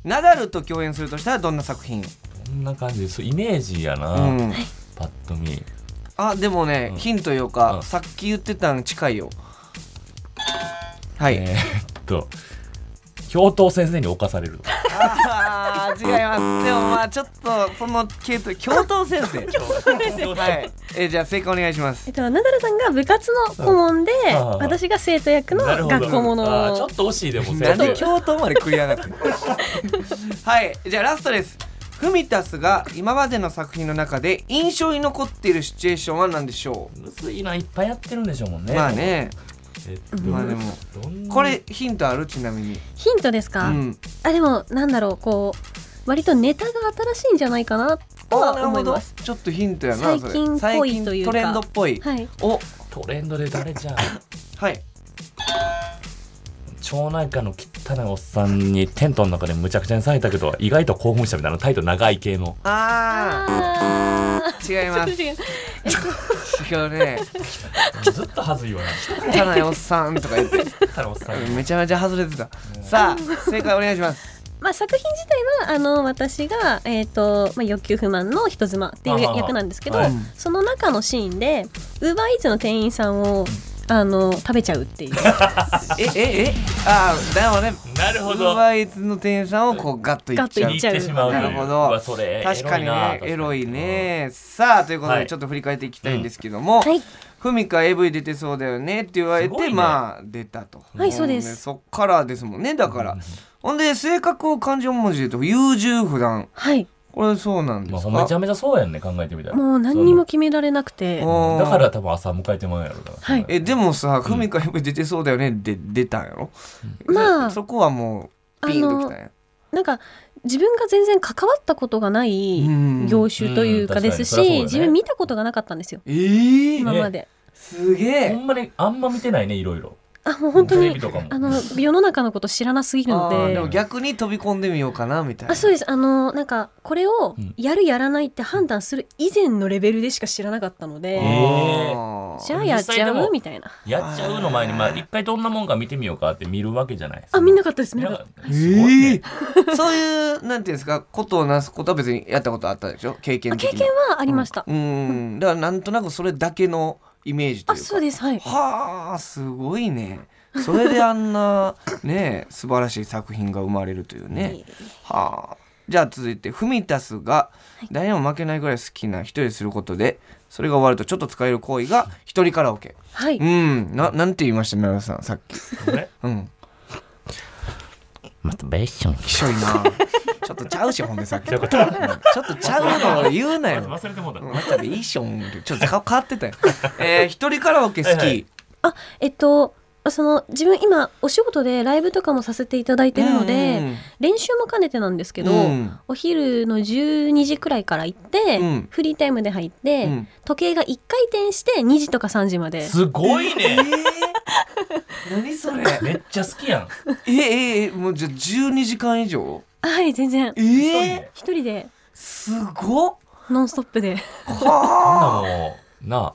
[SPEAKER 3] ナダルと共演するとしたらどんな作品
[SPEAKER 2] こんな感じそうイメージやな、
[SPEAKER 3] うん
[SPEAKER 2] パッと見
[SPEAKER 3] あでもね、
[SPEAKER 2] うん
[SPEAKER 3] ヒントいうか、
[SPEAKER 2] うん
[SPEAKER 3] さっき言ってたん近いよはい、
[SPEAKER 2] えー、っと教頭先生に侵されるとか
[SPEAKER 3] あー違いますでもまあちょっとその系統教頭先
[SPEAKER 2] (laughs)
[SPEAKER 3] 生はい、えーじゃあ正解お願いします
[SPEAKER 5] えっと、ナダルさんが部活の顧問で、
[SPEAKER 2] んああ
[SPEAKER 5] 私が生徒役の
[SPEAKER 2] なるほど
[SPEAKER 5] 学校もの
[SPEAKER 2] あーちょ
[SPEAKER 5] を
[SPEAKER 2] っと惜しいでも
[SPEAKER 3] な
[SPEAKER 2] 先
[SPEAKER 3] んで
[SPEAKER 2] 生
[SPEAKER 3] 教頭まで食い上がってるはいじゃあラストですフミタスが今までの作品の中で印象に残っているシチュエーションは何でしょ
[SPEAKER 2] むずいないっぱいやってるんでしょうもん
[SPEAKER 3] う、
[SPEAKER 2] ね
[SPEAKER 3] まあね
[SPEAKER 2] えっと
[SPEAKER 3] まあでも
[SPEAKER 2] どんな
[SPEAKER 3] これヒントあるちなみに
[SPEAKER 5] ヒントです
[SPEAKER 3] う
[SPEAKER 5] か、
[SPEAKER 3] ん
[SPEAKER 5] あでもなんだろうこう割とネタが新しいんじゃないかなとは思います
[SPEAKER 3] ちょっとヒントやなそれ
[SPEAKER 5] 最近っぽいという
[SPEAKER 3] 最近ト
[SPEAKER 5] か
[SPEAKER 3] レンドっぽい、
[SPEAKER 5] はい
[SPEAKER 3] お
[SPEAKER 2] トレンドで誰じゃん
[SPEAKER 3] はい
[SPEAKER 2] 町内会の汚いおっさんにテントの中でむちゃくちゃにされたけど意外と興奮したみたいなタイトル長い系の
[SPEAKER 3] あ
[SPEAKER 5] あ
[SPEAKER 3] ー違い
[SPEAKER 5] ー
[SPEAKER 3] ます
[SPEAKER 5] (laughs) 違
[SPEAKER 3] 違
[SPEAKER 5] う
[SPEAKER 3] うね
[SPEAKER 2] ずっとはずいよ
[SPEAKER 3] 汚いおっさんとか言って
[SPEAKER 2] な汚いおっさん
[SPEAKER 3] めちゃめちゃ外れてたさあ正解お願いします
[SPEAKER 5] まあ作品自体はあの私が、えーとまあ、欲求不満の人妻っていう
[SPEAKER 2] あはは
[SPEAKER 5] 役なんですけど、
[SPEAKER 2] はい
[SPEAKER 5] その中のシーンでウーバーイーツの店員さんをあの食べちゃ
[SPEAKER 2] (laughs)
[SPEAKER 5] うっていう
[SPEAKER 3] えええああだよね
[SPEAKER 2] なる
[SPEAKER 3] ウ
[SPEAKER 2] ほ
[SPEAKER 3] ー
[SPEAKER 2] ど
[SPEAKER 3] バーイーツの店員さんをこうガッといっちゃう
[SPEAKER 5] ガッとい
[SPEAKER 2] 行
[SPEAKER 5] っ
[SPEAKER 2] っ
[SPEAKER 5] ちゃう
[SPEAKER 2] てしまうという
[SPEAKER 3] なるほど
[SPEAKER 2] うわそれ
[SPEAKER 3] 確かに
[SPEAKER 2] エロいな
[SPEAKER 3] ねエロいねさあということ
[SPEAKER 2] は
[SPEAKER 3] で
[SPEAKER 2] い
[SPEAKER 3] ちょっと振り返っていきたいんですけども
[SPEAKER 5] はい
[SPEAKER 3] 「ふみか AV 出てそうだよね」って言われ
[SPEAKER 2] すご
[SPEAKER 3] て
[SPEAKER 2] いね
[SPEAKER 3] まあ出たと
[SPEAKER 5] はいそうです
[SPEAKER 3] もねそっからですもんねだからほんで性格を漢字4文字で言うと優柔不断
[SPEAKER 5] はい
[SPEAKER 3] これそうなんで
[SPEAKER 2] ますあめちゃ
[SPEAKER 3] か
[SPEAKER 2] めちゃそうやんね考えてみたら
[SPEAKER 5] もう何にも決められなくて
[SPEAKER 3] お
[SPEAKER 2] そのだから多分朝迎えてもらうやろうな
[SPEAKER 5] はい
[SPEAKER 3] えでもさ「ふみか AV 出てそうだよね」で出たんやろ
[SPEAKER 5] まあ
[SPEAKER 3] そこはもうピンときたんや
[SPEAKER 5] なんか自分が全然関わったことがない
[SPEAKER 3] うん
[SPEAKER 5] 業種という
[SPEAKER 2] う
[SPEAKER 5] か
[SPEAKER 2] ん
[SPEAKER 5] ですし、
[SPEAKER 2] 確かにそりゃそうだよね
[SPEAKER 5] 自分見たことがなかったんですよ
[SPEAKER 3] えー
[SPEAKER 5] 今まで。
[SPEAKER 3] すげ
[SPEAKER 2] ほ
[SPEAKER 3] え
[SPEAKER 2] んまにあんま見てないねいろいろ
[SPEAKER 5] あもう本当
[SPEAKER 2] テレビ
[SPEAKER 5] に
[SPEAKER 2] とかも
[SPEAKER 5] あの世の中のこと知らなすぎるの
[SPEAKER 3] あーでも
[SPEAKER 5] で。
[SPEAKER 3] 逆に飛び込んでみようかなみたいな
[SPEAKER 5] あそうですあのなんかこれを
[SPEAKER 2] うん
[SPEAKER 5] やるやらないって判断する以前のレベルでしか知らなかったので、
[SPEAKER 2] えー
[SPEAKER 3] あー
[SPEAKER 5] じゃあやっちゃ
[SPEAKER 2] 実際で
[SPEAKER 5] う
[SPEAKER 2] も
[SPEAKER 5] みたいな
[SPEAKER 2] やっちゃうの前にまあ一回どんなもんか見てみようかって見るわけじゃない
[SPEAKER 5] あ見なかったです
[SPEAKER 2] 見
[SPEAKER 5] 見な
[SPEAKER 2] な
[SPEAKER 5] か
[SPEAKER 2] か
[SPEAKER 5] っ
[SPEAKER 2] ったすごいね
[SPEAKER 3] (laughs) そういうなんていうんですかことをなすことは別にやったことあったでしょ経
[SPEAKER 5] た
[SPEAKER 3] 験
[SPEAKER 5] あ
[SPEAKER 3] 的に
[SPEAKER 5] 経験はありました、
[SPEAKER 3] うんだからなんとなくそれだけのイメージとい
[SPEAKER 5] あ
[SPEAKER 3] うか
[SPEAKER 5] そうですはい
[SPEAKER 3] はあすごいねそれであんなね素晴らしい作品が生まれるというねはあじゃあ続いてフミタスが誰にも負けないぐらい好きな一人ですることでそれが終わるとちょっと使える行為が一人カラオケ、
[SPEAKER 5] はいう
[SPEAKER 3] んななんて言いました奈良さんさっき
[SPEAKER 2] これ
[SPEAKER 3] うん
[SPEAKER 2] マスターベーション
[SPEAKER 3] きしょい
[SPEAKER 5] (laughs)
[SPEAKER 3] なちょっとちゃうしほんでさっき
[SPEAKER 2] ちゃうか
[SPEAKER 3] うんちょっとちゃうのを言うなよ
[SPEAKER 2] 忘れてもうた
[SPEAKER 3] またでいいしょんちょっと顔変わってたよえー、一人カラオケ好き
[SPEAKER 2] はいはい
[SPEAKER 5] あえっとその自分今お仕事でライブとかもさせていただいてるので、
[SPEAKER 3] うん
[SPEAKER 5] 練習も兼ねてなんですけど、
[SPEAKER 3] うん
[SPEAKER 5] お昼の12時くらいから行って、
[SPEAKER 3] うん
[SPEAKER 5] フリータイムで入って、
[SPEAKER 3] うん
[SPEAKER 5] 時計が1回転して2時とか3時まで。
[SPEAKER 2] すごい
[SPEAKER 3] え
[SPEAKER 2] ね
[SPEAKER 3] ー、何それ
[SPEAKER 2] めっちゃ好きやん
[SPEAKER 3] えええもうじゃあ12時間以上
[SPEAKER 5] はい全然
[SPEAKER 3] えー、
[SPEAKER 5] 一人です
[SPEAKER 3] ごっ
[SPEAKER 5] ノンストップで
[SPEAKER 2] あもうなあ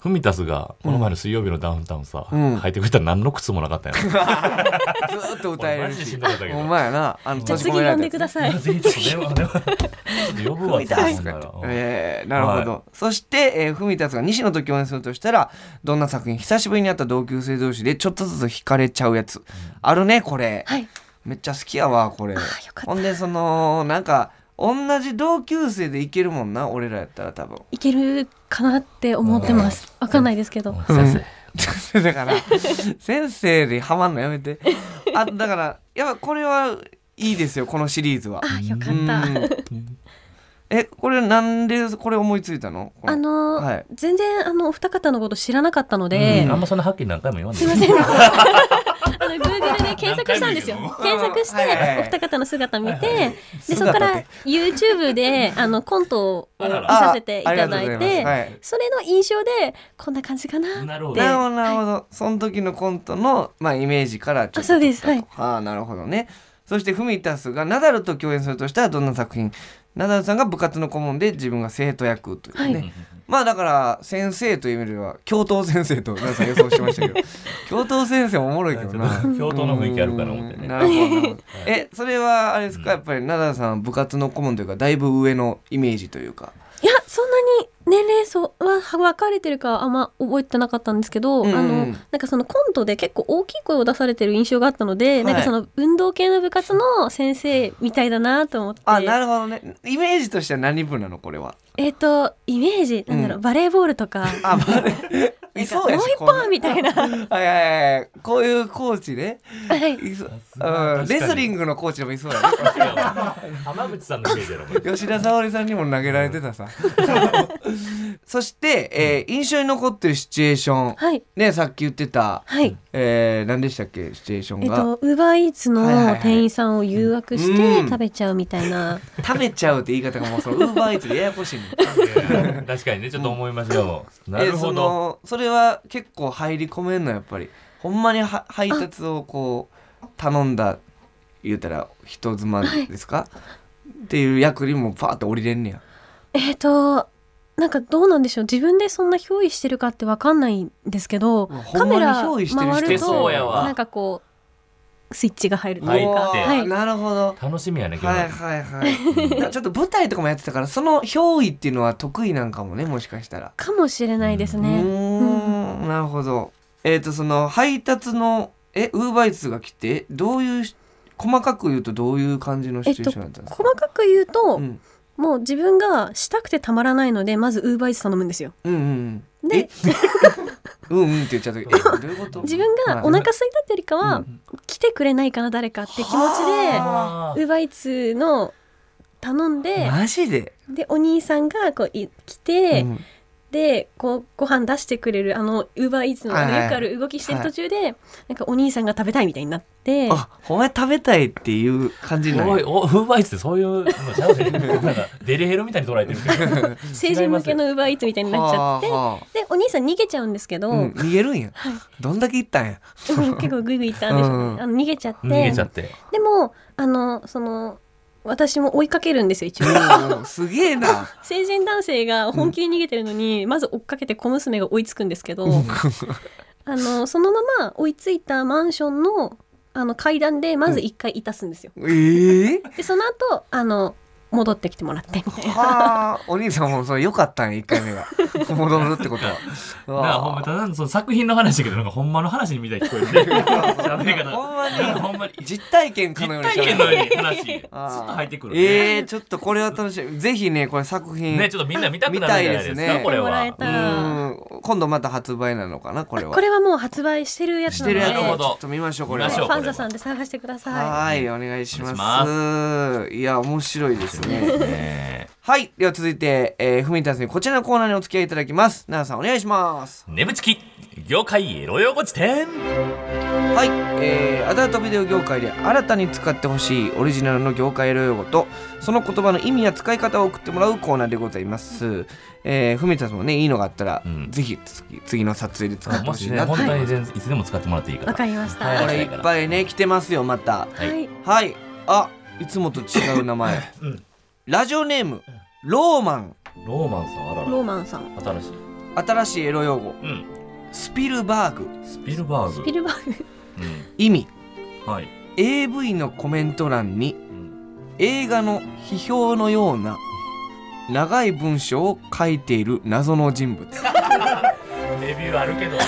[SPEAKER 2] フミタスがこの前の水曜日のダウンタウンさ、
[SPEAKER 3] うん
[SPEAKER 2] 履いてくれたら何の靴もなかったよ、
[SPEAKER 3] ずーっと歌え
[SPEAKER 2] 俺
[SPEAKER 3] る
[SPEAKER 2] マジで
[SPEAKER 3] し
[SPEAKER 2] しんどかったけど
[SPEAKER 3] お前やなあの
[SPEAKER 5] じゃ
[SPEAKER 3] 閉
[SPEAKER 5] あ
[SPEAKER 3] じ
[SPEAKER 5] 次
[SPEAKER 3] 込めら
[SPEAKER 5] 呼ん
[SPEAKER 3] れたや
[SPEAKER 5] でくだ
[SPEAKER 3] つ
[SPEAKER 5] さい
[SPEAKER 2] まずいちょっと電話電話ちょっと呼ぶわ
[SPEAKER 3] フミタス
[SPEAKER 2] そんならうん
[SPEAKER 3] えー、なるほど、
[SPEAKER 2] は
[SPEAKER 3] そして、えー、フミタスが西野と共演するとしたらどんな作品久しぶりに会った同級生同士でちょっとずつ惹かれちゃうやつ、あるねこれ、
[SPEAKER 5] はい
[SPEAKER 3] めっちゃ好きやわこれ
[SPEAKER 5] あよか
[SPEAKER 3] ほ
[SPEAKER 5] った
[SPEAKER 3] んでそのなんか同じ同級生でいけるもんな俺らやったら多分 (laughs)
[SPEAKER 5] いけるかなって思ってますわかんないですけど、
[SPEAKER 2] うん先
[SPEAKER 3] だから先生でハマんのやめてあだからやっぱこれはいいですよこのシリーズは
[SPEAKER 5] あよか
[SPEAKER 3] う
[SPEAKER 5] った
[SPEAKER 3] んえこれなんでこれ思いついたのこ
[SPEAKER 5] (laughs) あのー
[SPEAKER 3] はい
[SPEAKER 5] 全然あのお二方のこと知らなかったの
[SPEAKER 2] 生
[SPEAKER 5] で、
[SPEAKER 2] あんまそんなはっきり何回も言わない
[SPEAKER 5] すいません
[SPEAKER 3] (laughs)
[SPEAKER 5] あの Google で検索したんですよ
[SPEAKER 2] 何
[SPEAKER 5] 検索して
[SPEAKER 3] はいはいはい
[SPEAKER 5] お二方の姿見て、でそこ
[SPEAKER 3] 姿
[SPEAKER 5] か
[SPEAKER 3] で
[SPEAKER 5] ら YouTube であのコントを見
[SPEAKER 2] あらら
[SPEAKER 5] させてい
[SPEAKER 3] あありが
[SPEAKER 5] た
[SPEAKER 3] とう
[SPEAKER 5] だ
[SPEAKER 3] ござま
[SPEAKER 5] い
[SPEAKER 3] す
[SPEAKER 5] て
[SPEAKER 3] はい
[SPEAKER 5] それの印象でこんな感じかな
[SPEAKER 2] なるほど
[SPEAKER 5] で
[SPEAKER 3] なるほどなるほど、その時のコントの、まあ、イメージからちょっと
[SPEAKER 5] あそうですはい
[SPEAKER 3] ああなるほどねそしてフミタスがナダルと共演するとしたらどんな作品ナダルさんが部活の顧問で自分が生徒役というね、
[SPEAKER 5] は
[SPEAKER 3] まあだから先生という意味では教頭先生と皆さん予想してました
[SPEAKER 5] (laughs)
[SPEAKER 3] けど教頭先生おもろいけどな
[SPEAKER 2] ちょっと教頭の雰囲気あるかな思ってね
[SPEAKER 3] うんなるほどなるほどえそれはあれですかやっぱりナダルさんは部活の顧問というかだいぶ上のイメージというか
[SPEAKER 5] いやそんなに年齢層は分かれてるかはあんま覚えてなかったんですけど、
[SPEAKER 3] うんうん
[SPEAKER 5] あのなんかそのコントで結構大きい声を出されてる印象があったので、
[SPEAKER 3] い
[SPEAKER 5] なんかその運動系の部活の先生みたいだなと思って
[SPEAKER 3] あなるほどねイメージとしては何部なのこれは
[SPEAKER 5] えっ、とイメージなんだろう、
[SPEAKER 3] う
[SPEAKER 5] バレーボールとか
[SPEAKER 3] あまあねい
[SPEAKER 5] も
[SPEAKER 3] そう
[SPEAKER 5] う
[SPEAKER 3] やし
[SPEAKER 5] 一
[SPEAKER 3] こんな
[SPEAKER 5] 本みた
[SPEAKER 3] (laughs)
[SPEAKER 5] いなは
[SPEAKER 3] はいはいはいこういうコーチね
[SPEAKER 5] い
[SPEAKER 3] いそう
[SPEAKER 2] が
[SPEAKER 3] うん
[SPEAKER 2] 確かに
[SPEAKER 3] レスリングのコーチでもいそうだね
[SPEAKER 2] 浜口さんのイメージやろこれ
[SPEAKER 3] 吉田沙保里さんにも投げられて
[SPEAKER 5] (laughs)
[SPEAKER 3] たさそして、えー印象に残ってるシチュエーション
[SPEAKER 5] はい
[SPEAKER 3] ねさっき言ってた、
[SPEAKER 5] はい
[SPEAKER 3] えー、何でしたっけシチュエーション
[SPEAKER 5] えっ、
[SPEAKER 3] が、
[SPEAKER 5] とウーバーイーツの
[SPEAKER 3] はいはいはい
[SPEAKER 5] 店員さんを誘惑し
[SPEAKER 3] う
[SPEAKER 5] て
[SPEAKER 3] ん
[SPEAKER 5] 食べちゃうみたいな、
[SPEAKER 3] 食べちゃうって言い方がもうそのウーバーイーツでややこしいの
[SPEAKER 2] 確かにねちょっと思いましたよ、な
[SPEAKER 3] え
[SPEAKER 2] る
[SPEAKER 3] ー
[SPEAKER 2] ほ
[SPEAKER 3] そ
[SPEAKER 2] ど
[SPEAKER 3] のそれは結構入り込めんのやっぱりほんまには配達をこう頼んだ言うたら人妻ですか、っていう役にもパーって降りれんねや
[SPEAKER 5] えっ、となんかどうなんでしょう自分でそんな憑依してるかってわかんないんですけど
[SPEAKER 3] うわほ
[SPEAKER 5] カ
[SPEAKER 3] んま
[SPEAKER 5] メ
[SPEAKER 3] に
[SPEAKER 5] ラ
[SPEAKER 3] 憑依してる人
[SPEAKER 5] 回る
[SPEAKER 2] してそ
[SPEAKER 5] と
[SPEAKER 2] うやわ
[SPEAKER 5] なんかこうスイッチが入ると
[SPEAKER 2] は
[SPEAKER 5] いう
[SPEAKER 2] い
[SPEAKER 5] か、は
[SPEAKER 3] はい
[SPEAKER 5] い、
[SPEAKER 3] なるほど
[SPEAKER 2] 楽しみやね今
[SPEAKER 3] はい
[SPEAKER 2] 日
[SPEAKER 3] はいはいちょっと舞台とかもやってたからその憑依っていうのは得意なんかもねもしかしたら
[SPEAKER 5] かもしれないです
[SPEAKER 3] う
[SPEAKER 5] ね。
[SPEAKER 3] ーんなるほどえっ、とその配達のえウーバーイーツが来てどういうし細かく言うとどういう感じのシチュエーションだったんですか、
[SPEAKER 5] 細かく言うと、
[SPEAKER 3] うん、
[SPEAKER 5] もう自分がしたくてたまらないのでまずウーバーイーツ頼むんですよ。
[SPEAKER 3] うんうんうん
[SPEAKER 5] で
[SPEAKER 3] え (laughs) うんうんって言っちゃったけ (laughs) どえどういうこと
[SPEAKER 5] 自分がお腹空いたってよりかは、
[SPEAKER 3] う
[SPEAKER 5] 来てくれないかな誰かって気持ちで
[SPEAKER 2] あ
[SPEAKER 5] ウーバーイーツの頼んで
[SPEAKER 3] マジで、
[SPEAKER 5] でお兄さんがこうい来て、
[SPEAKER 3] うん
[SPEAKER 5] でこうご飯出してくれるあのウーバーイーツのあ
[SPEAKER 3] はい
[SPEAKER 5] の
[SPEAKER 3] はい
[SPEAKER 5] よくある動きしてる途中で、なんかお兄さんが食べたいみたいになって
[SPEAKER 3] あお前食べたいっていう感じ
[SPEAKER 2] ー
[SPEAKER 3] な
[SPEAKER 2] お
[SPEAKER 3] の
[SPEAKER 2] いおウーバーイーツってそういうのちゃうでなんかデリヘルみたいに捉えてるけど
[SPEAKER 5] 成人向けのウーバーイーツみたいになっちゃってでお兄さん逃げちゃうんですけど、
[SPEAKER 3] うん、逃げるんや、どんだけ行ったんや
[SPEAKER 5] 海に結構グイグイ行ったんでしょうね、
[SPEAKER 3] うん
[SPEAKER 5] あの逃げちゃって
[SPEAKER 2] 逃げちゃって
[SPEAKER 5] でもあのその私も追いかけるんですよ一応
[SPEAKER 3] うん (laughs) すげえな
[SPEAKER 5] 成人男性が本気で逃げてるのに、まず追っかけて小娘が追いつくんですけど、あのそのまま追いついたマンションのあの階段でまず一回いたすんですよ。
[SPEAKER 3] ええ
[SPEAKER 5] でその後あの戻ってきてもらってみたいな。
[SPEAKER 3] はあお兄さんもそれ良かったんや1回目 (laughs) が戻るってことはう
[SPEAKER 2] なあほんま
[SPEAKER 3] わ
[SPEAKER 2] ただのその作品の話だけどなんかほんまの話にみたいに聞こえるね喋り方
[SPEAKER 3] ほんまに
[SPEAKER 2] なんかほんまに
[SPEAKER 3] 実体験か
[SPEAKER 2] 実
[SPEAKER 3] のように
[SPEAKER 2] 体
[SPEAKER 3] 喋る
[SPEAKER 2] 験のように話ずっと
[SPEAKER 3] あー
[SPEAKER 2] 入ってくるね
[SPEAKER 3] ええちょっとこれは楽しみぜひねこれ作品、
[SPEAKER 2] ねちょっとみんな見たくなるんじゃないで
[SPEAKER 3] 見たいで
[SPEAKER 2] す
[SPEAKER 3] す
[SPEAKER 2] か
[SPEAKER 3] ね
[SPEAKER 2] これ
[SPEAKER 5] 見てもらえ
[SPEAKER 2] は
[SPEAKER 5] た
[SPEAKER 3] う
[SPEAKER 5] ら
[SPEAKER 3] ん今度また発売なのかなこれは
[SPEAKER 5] これはもう発売してるやつ
[SPEAKER 3] し
[SPEAKER 5] なの
[SPEAKER 3] て
[SPEAKER 5] で
[SPEAKER 3] るやつ
[SPEAKER 2] なるほ
[SPEAKER 3] を
[SPEAKER 2] ど
[SPEAKER 3] ちょっと見ましょうこれは
[SPEAKER 2] 見ましょう
[SPEAKER 5] ファンザさんで探してくださ
[SPEAKER 3] はいお願いします
[SPEAKER 2] お
[SPEAKER 3] いや面白いですね
[SPEAKER 2] ね
[SPEAKER 3] はいでは続いて、えー、ふみたんさんにこちらのコーナーにお付き合いいただきます奈良さんお願いします
[SPEAKER 2] 眠ちき業界エロ用語辞典
[SPEAKER 3] はい、えー、アダルトビデオ業界で新たに使ってほしいオリジナルの業界用語とその言葉の意味や使い方を送ってもらうコーナーでございます、えー、ふみたんさんもねいいのがあったら、
[SPEAKER 2] うん
[SPEAKER 3] ぜひ次次の撮影で使って
[SPEAKER 2] も
[SPEAKER 3] ほ
[SPEAKER 2] し
[SPEAKER 3] しい
[SPEAKER 2] ね
[SPEAKER 3] なって
[SPEAKER 2] 本当に全然いつでも使ってもらっていい
[SPEAKER 5] い。
[SPEAKER 2] か
[SPEAKER 5] わ
[SPEAKER 2] ら
[SPEAKER 5] かりました。
[SPEAKER 2] は
[SPEAKER 3] こ
[SPEAKER 5] はい。
[SPEAKER 3] れいっぱいね来てますよまた
[SPEAKER 2] はい
[SPEAKER 3] はいあいつもと違う名前、
[SPEAKER 2] (laughs) うん
[SPEAKER 3] ラジオネームローマン
[SPEAKER 2] ローマンさんあら
[SPEAKER 5] ローマンさん、
[SPEAKER 2] ら新しい
[SPEAKER 3] 新しいエロ用語
[SPEAKER 2] うん
[SPEAKER 3] スピルバーグ
[SPEAKER 2] スピルバーグ
[SPEAKER 5] スピルバーグ。
[SPEAKER 3] 意味
[SPEAKER 2] うんはい
[SPEAKER 3] AV のコメント欄に
[SPEAKER 2] うん
[SPEAKER 3] 映画の批評のような長い文章を書いている謎の人
[SPEAKER 2] (laughs)
[SPEAKER 3] 物
[SPEAKER 2] レビューあるけど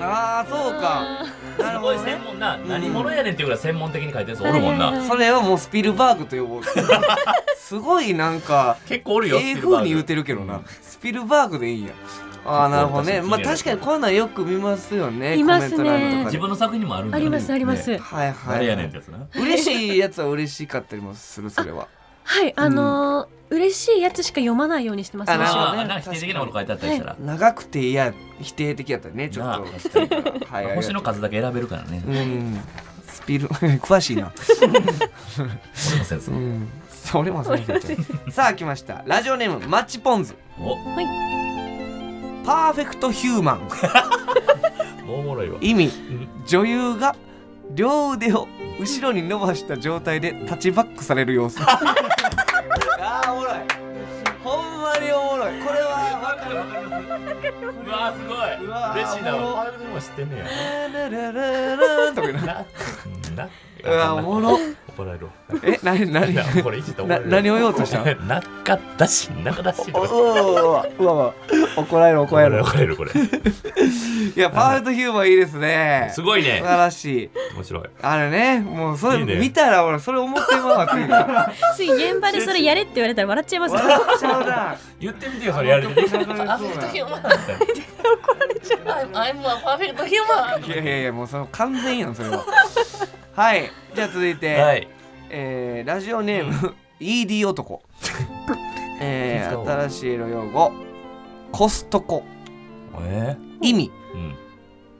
[SPEAKER 3] ああそうか
[SPEAKER 5] あ
[SPEAKER 3] な
[SPEAKER 2] す
[SPEAKER 3] る
[SPEAKER 2] ご
[SPEAKER 3] ほ
[SPEAKER 2] い
[SPEAKER 3] ど
[SPEAKER 2] 専
[SPEAKER 3] ね
[SPEAKER 2] 門な、
[SPEAKER 3] ん
[SPEAKER 2] 何者やねんっていうぐらい専門的に書いてるやつおるもん
[SPEAKER 5] はいはい
[SPEAKER 2] な
[SPEAKER 5] はい
[SPEAKER 3] それはもうスピルバーグと呼
[SPEAKER 2] (laughs)
[SPEAKER 3] ぼうすごいなんか
[SPEAKER 2] 結構おるよ
[SPEAKER 3] ええ風に言うて
[SPEAKER 2] る
[SPEAKER 3] るけどなスピルバーグでいいやああなるほどねまあ確かにこういうのはよく見ますよね
[SPEAKER 5] いますね
[SPEAKER 3] コメント欄とかで
[SPEAKER 2] 自分の作品にもあるん
[SPEAKER 5] ー
[SPEAKER 2] だ
[SPEAKER 5] あ
[SPEAKER 2] よ
[SPEAKER 5] り
[SPEAKER 2] ね
[SPEAKER 5] ますあります。
[SPEAKER 2] ね
[SPEAKER 3] はいはい、
[SPEAKER 2] 誰やねんってやつな
[SPEAKER 3] 嬉しいやつは嬉しかったりもするそれ
[SPEAKER 2] (laughs)
[SPEAKER 3] は
[SPEAKER 5] はい、あのー嬉しいやつしか読まないようにしてます。
[SPEAKER 3] あ
[SPEAKER 5] 私
[SPEAKER 3] なるほ
[SPEAKER 5] は
[SPEAKER 3] どね
[SPEAKER 2] あなんか否定的なこと書いてあったりしたら、
[SPEAKER 3] 長くていや否定的やったねちょっ
[SPEAKER 2] なあ
[SPEAKER 3] と
[SPEAKER 2] 確かに
[SPEAKER 3] は
[SPEAKER 2] まあ星の数だけ選べるからね、
[SPEAKER 3] う
[SPEAKER 2] 俺
[SPEAKER 3] んスピル (laughs) 詳しいな
[SPEAKER 2] のセンス
[SPEAKER 3] うんそれもそう
[SPEAKER 2] (laughs)
[SPEAKER 3] だけどさあ来ましたラジオネームマッチポンズ
[SPEAKER 2] お
[SPEAKER 3] パーフェクトヒューマン
[SPEAKER 2] おもろ
[SPEAKER 5] (laughs)
[SPEAKER 2] いわ
[SPEAKER 3] 意味
[SPEAKER 2] ん
[SPEAKER 3] 女優が両腕を後ろに伸ばした状態でタッチバックされる様子あーおもろいほんまにおもろいこれはわかる
[SPEAKER 2] うわーすごいう
[SPEAKER 3] わー
[SPEAKER 2] 嬉しいな
[SPEAKER 3] おもろ
[SPEAKER 2] パーフェクトも知ってんねや
[SPEAKER 3] ララララーンとか言うな
[SPEAKER 2] な、うんな、
[SPEAKER 3] うわおもろ
[SPEAKER 2] 怒られるわ。
[SPEAKER 3] え何
[SPEAKER 2] い
[SPEAKER 3] 何
[SPEAKER 2] やこれいじったら怒
[SPEAKER 3] な
[SPEAKER 2] られる
[SPEAKER 3] 何を言おうとしたの
[SPEAKER 2] (laughs) なかだし、なかだしと
[SPEAKER 3] お
[SPEAKER 2] か。
[SPEAKER 3] うわうわうわ怒られる怒
[SPEAKER 2] 怒
[SPEAKER 3] ら
[SPEAKER 2] ら
[SPEAKER 3] れ
[SPEAKER 2] れる、
[SPEAKER 3] る
[SPEAKER 2] 怒られる、これ。
[SPEAKER 3] いやパーフェクトヒューマンいいですね
[SPEAKER 2] すごい
[SPEAKER 3] 素
[SPEAKER 2] ね。
[SPEAKER 3] 晴らしい
[SPEAKER 2] 面白い。
[SPEAKER 3] あれねもうそれ
[SPEAKER 2] いいね
[SPEAKER 3] 見たら俺それ思ってまわつい笑
[SPEAKER 5] つい現場でそれやれって言われたら笑っちゃいますから。
[SPEAKER 3] っちゃうな
[SPEAKER 2] 言ってみてよ、それやるとき。
[SPEAKER 3] 怒られそうだいやいやいやもうその完全やんそれは (laughs) (laughs) はいじゃあ続いて、
[SPEAKER 2] はい。
[SPEAKER 3] えーラジオネーム ED 男え
[SPEAKER 2] そう
[SPEAKER 3] ー、新しい色用語コストコ
[SPEAKER 2] え
[SPEAKER 3] 意味
[SPEAKER 2] ーうん。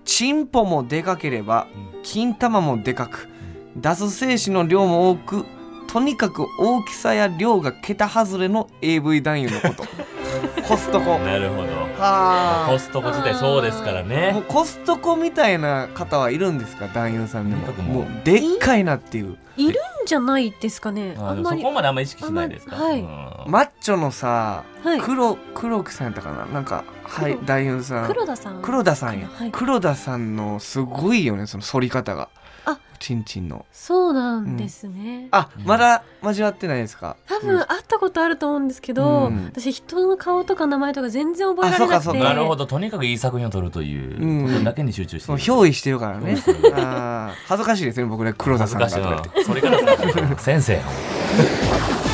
[SPEAKER 3] チンポもでかければ
[SPEAKER 2] う
[SPEAKER 3] 金玉もでかく出す精子の量も多くとにかく大きさや量が桁外れの AV 男優のこと
[SPEAKER 2] (laughs)
[SPEAKER 3] コストコ
[SPEAKER 2] なるほどコ
[SPEAKER 3] は
[SPEAKER 2] ストコ自体そうですか
[SPEAKER 3] あ
[SPEAKER 2] ら
[SPEAKER 3] もう
[SPEAKER 2] ね
[SPEAKER 3] コストコみたいな方はいるんですか男優さんでも
[SPEAKER 2] とにかくも
[SPEAKER 3] も
[SPEAKER 2] う
[SPEAKER 3] うでっかいなっていう
[SPEAKER 5] いるんじゃないですかね。あ
[SPEAKER 2] あ
[SPEAKER 5] ん
[SPEAKER 2] で
[SPEAKER 5] ま
[SPEAKER 2] もそ
[SPEAKER 5] り。
[SPEAKER 2] こまであんま意識しないですか、
[SPEAKER 5] あんまり
[SPEAKER 2] うん
[SPEAKER 3] マッチョのさ
[SPEAKER 5] はい。
[SPEAKER 3] 黒黒木さんやったかななんかはい
[SPEAKER 5] 黒
[SPEAKER 3] 男優さん
[SPEAKER 5] 黒田さん。
[SPEAKER 3] 黒田さんや、
[SPEAKER 5] はい
[SPEAKER 3] 黒田さんのすごいよねその反り方が
[SPEAKER 5] あ
[SPEAKER 3] ちんちんの
[SPEAKER 5] そうなんですね。
[SPEAKER 3] あ、
[SPEAKER 2] うん
[SPEAKER 3] まだ交わってないですか
[SPEAKER 5] 多分会ったことあると思うんですけど、
[SPEAKER 3] うん
[SPEAKER 5] 私人の顔とか名前とか全然覚えられな
[SPEAKER 3] あそうかそ
[SPEAKER 5] く
[SPEAKER 3] う
[SPEAKER 5] て
[SPEAKER 3] か
[SPEAKER 2] なるほどとにかくいい作品を撮るということだけに集中して
[SPEAKER 3] その
[SPEAKER 2] る
[SPEAKER 3] 憑依してるからね
[SPEAKER 2] そうですね
[SPEAKER 3] あー恥ずかしいですね僕ら黒田
[SPEAKER 2] 恥
[SPEAKER 3] さ
[SPEAKER 2] ず
[SPEAKER 3] んが
[SPEAKER 2] かし
[SPEAKER 3] と
[SPEAKER 2] い
[SPEAKER 3] か言っ
[SPEAKER 2] な
[SPEAKER 3] て
[SPEAKER 2] それから先生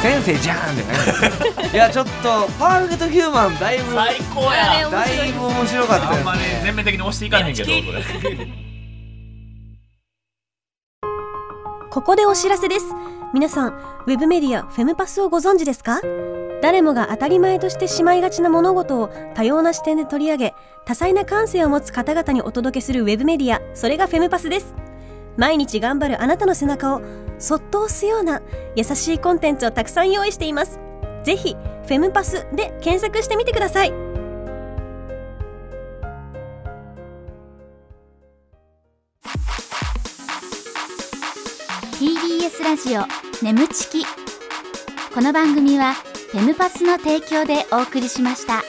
[SPEAKER 3] 先生じゃーんってねいやちょっとパーフェクトヒューマンだいぶ
[SPEAKER 2] 最高や
[SPEAKER 3] だいぶ面白かったで
[SPEAKER 2] あ
[SPEAKER 3] す
[SPEAKER 2] んまり全面的に押していかへんけどこれ
[SPEAKER 5] ここでお知らせです皆さんウェブメディアフェムパスをご存知ですか誰もが当たり前としてしまいがちな物事を多様な視点で取り上げ多彩な感性を持つ方々にお届けするウェブメディアそれがフェムパスです毎日頑張るあなたの背中をそっと押すような優しいコンテンツをたくさん用意していますぜひフェムパスで検索してみてください
[SPEAKER 1] ー TBS ラジオ眠ちきこの番組はフェムパスの提供でお送りしました。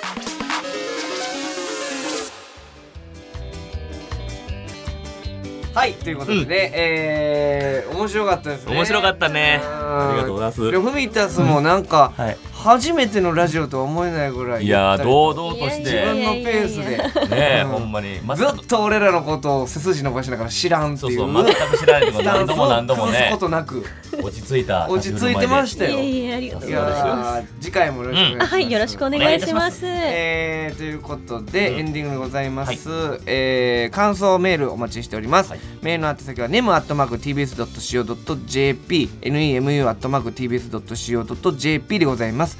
[SPEAKER 3] はいということでね、えー面白かったですね
[SPEAKER 2] 面白かったね
[SPEAKER 3] あ
[SPEAKER 2] ありがとうございます
[SPEAKER 3] フミタスもなんか、
[SPEAKER 2] はい
[SPEAKER 3] 初めてのラジオとは思えないぐらい
[SPEAKER 2] いやー堂
[SPEAKER 3] う
[SPEAKER 2] 々とし
[SPEAKER 3] 自分
[SPEAKER 2] て
[SPEAKER 3] のペース
[SPEAKER 5] いやいやい
[SPEAKER 3] で
[SPEAKER 5] や
[SPEAKER 2] ねえ
[SPEAKER 3] うん
[SPEAKER 2] ほんまにま
[SPEAKER 3] ず
[SPEAKER 2] さか
[SPEAKER 3] っと俺らのことを背筋伸ばしながら知らんって
[SPEAKER 2] そう
[SPEAKER 3] いう
[SPEAKER 2] そう全く知らないとか
[SPEAKER 3] スタ
[SPEAKER 2] 何
[SPEAKER 3] ンス
[SPEAKER 2] 度
[SPEAKER 3] を
[SPEAKER 2] も何度も
[SPEAKER 3] 崩す
[SPEAKER 2] ね
[SPEAKER 3] ことなく
[SPEAKER 2] 落ち着いた
[SPEAKER 3] 落ち着いてましたよい
[SPEAKER 5] いやありが
[SPEAKER 2] とうございます
[SPEAKER 3] やー次回もよろしくお願いします、
[SPEAKER 5] はいよろしくお願いします
[SPEAKER 3] えーということで、
[SPEAKER 2] うん
[SPEAKER 3] エンディングでございます、えー感想メールお待ちしております、
[SPEAKER 2] はい
[SPEAKER 3] メールの宛先は nemu.tbs.co.jp nemu.tbs.co.jp でございます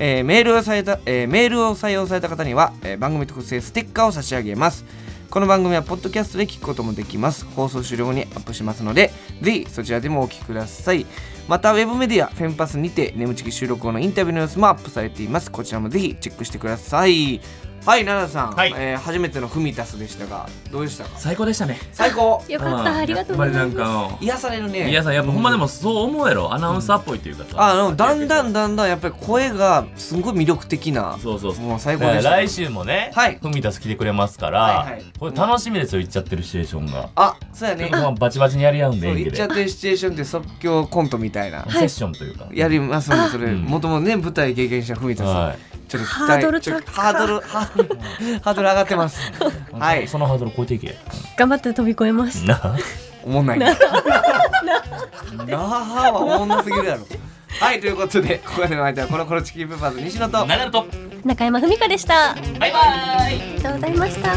[SPEAKER 3] えーメールをされた、えーメールを採用された方には、えー番組特製ステッカーを差し上げますこの番組はポッドキャストで聞くこともできます放送終了後にアップしますのでぜひそちらでもお聞きくださいまたウェブメディアフェンパスにて眠ちき収録後のインタビューの様子もアップされていますこちらもぜひチェックしてくださいはい奈々さん、
[SPEAKER 2] はい
[SPEAKER 3] えー初めてのフミタスでしたがどうでしたか
[SPEAKER 2] 最高でしたね
[SPEAKER 3] 最高
[SPEAKER 5] よかったありがとうござい
[SPEAKER 2] やっぱり
[SPEAKER 5] ま
[SPEAKER 2] なんか
[SPEAKER 3] 癒されるね
[SPEAKER 2] いやさやっぱほんまでもそう思うやろアナウンサーっぽいっていうかさ
[SPEAKER 3] あのだんだんだんだんやっぱり声がすごい魅力的な
[SPEAKER 2] そうそうそう
[SPEAKER 3] もう最
[SPEAKER 2] だ
[SPEAKER 3] 高
[SPEAKER 2] か
[SPEAKER 3] で
[SPEAKER 2] ら
[SPEAKER 3] した
[SPEAKER 2] 来週もね
[SPEAKER 3] はい
[SPEAKER 2] フミタス来てくれますか
[SPEAKER 3] はいは
[SPEAKER 2] ら
[SPEAKER 3] い
[SPEAKER 2] これ楽しみですよ行っちゃってるシチュエーションが
[SPEAKER 3] あそうや
[SPEAKER 2] (laughs)
[SPEAKER 3] ね
[SPEAKER 2] まあバチバチにやり合うんで
[SPEAKER 3] そう
[SPEAKER 2] 演
[SPEAKER 3] 言
[SPEAKER 2] 技
[SPEAKER 3] っちゃ
[SPEAKER 2] で
[SPEAKER 3] ってるシチュエーションって即興コントみたいな、
[SPEAKER 2] セッションというか
[SPEAKER 3] やりますのでそれ
[SPEAKER 2] うん
[SPEAKER 3] もともとね舞台経験した文田さん、
[SPEAKER 2] はい
[SPEAKER 3] ちょっと期待
[SPEAKER 5] ハードル
[SPEAKER 3] ちょっと
[SPEAKER 5] 高
[SPEAKER 3] ハードルハハードル上がってますはい
[SPEAKER 2] そのハードル超えていけ。
[SPEAKER 5] 頑張って飛び越えま
[SPEAKER 2] (laughs)
[SPEAKER 5] す
[SPEAKER 2] な。
[SPEAKER 3] おもんないなあはおもんなすぎるやろはいということでここまでの相手はこのコロチキンペッパーズ西野と
[SPEAKER 2] なると。
[SPEAKER 5] 中山文香でした
[SPEAKER 2] バイバイ。
[SPEAKER 5] ありがとうございました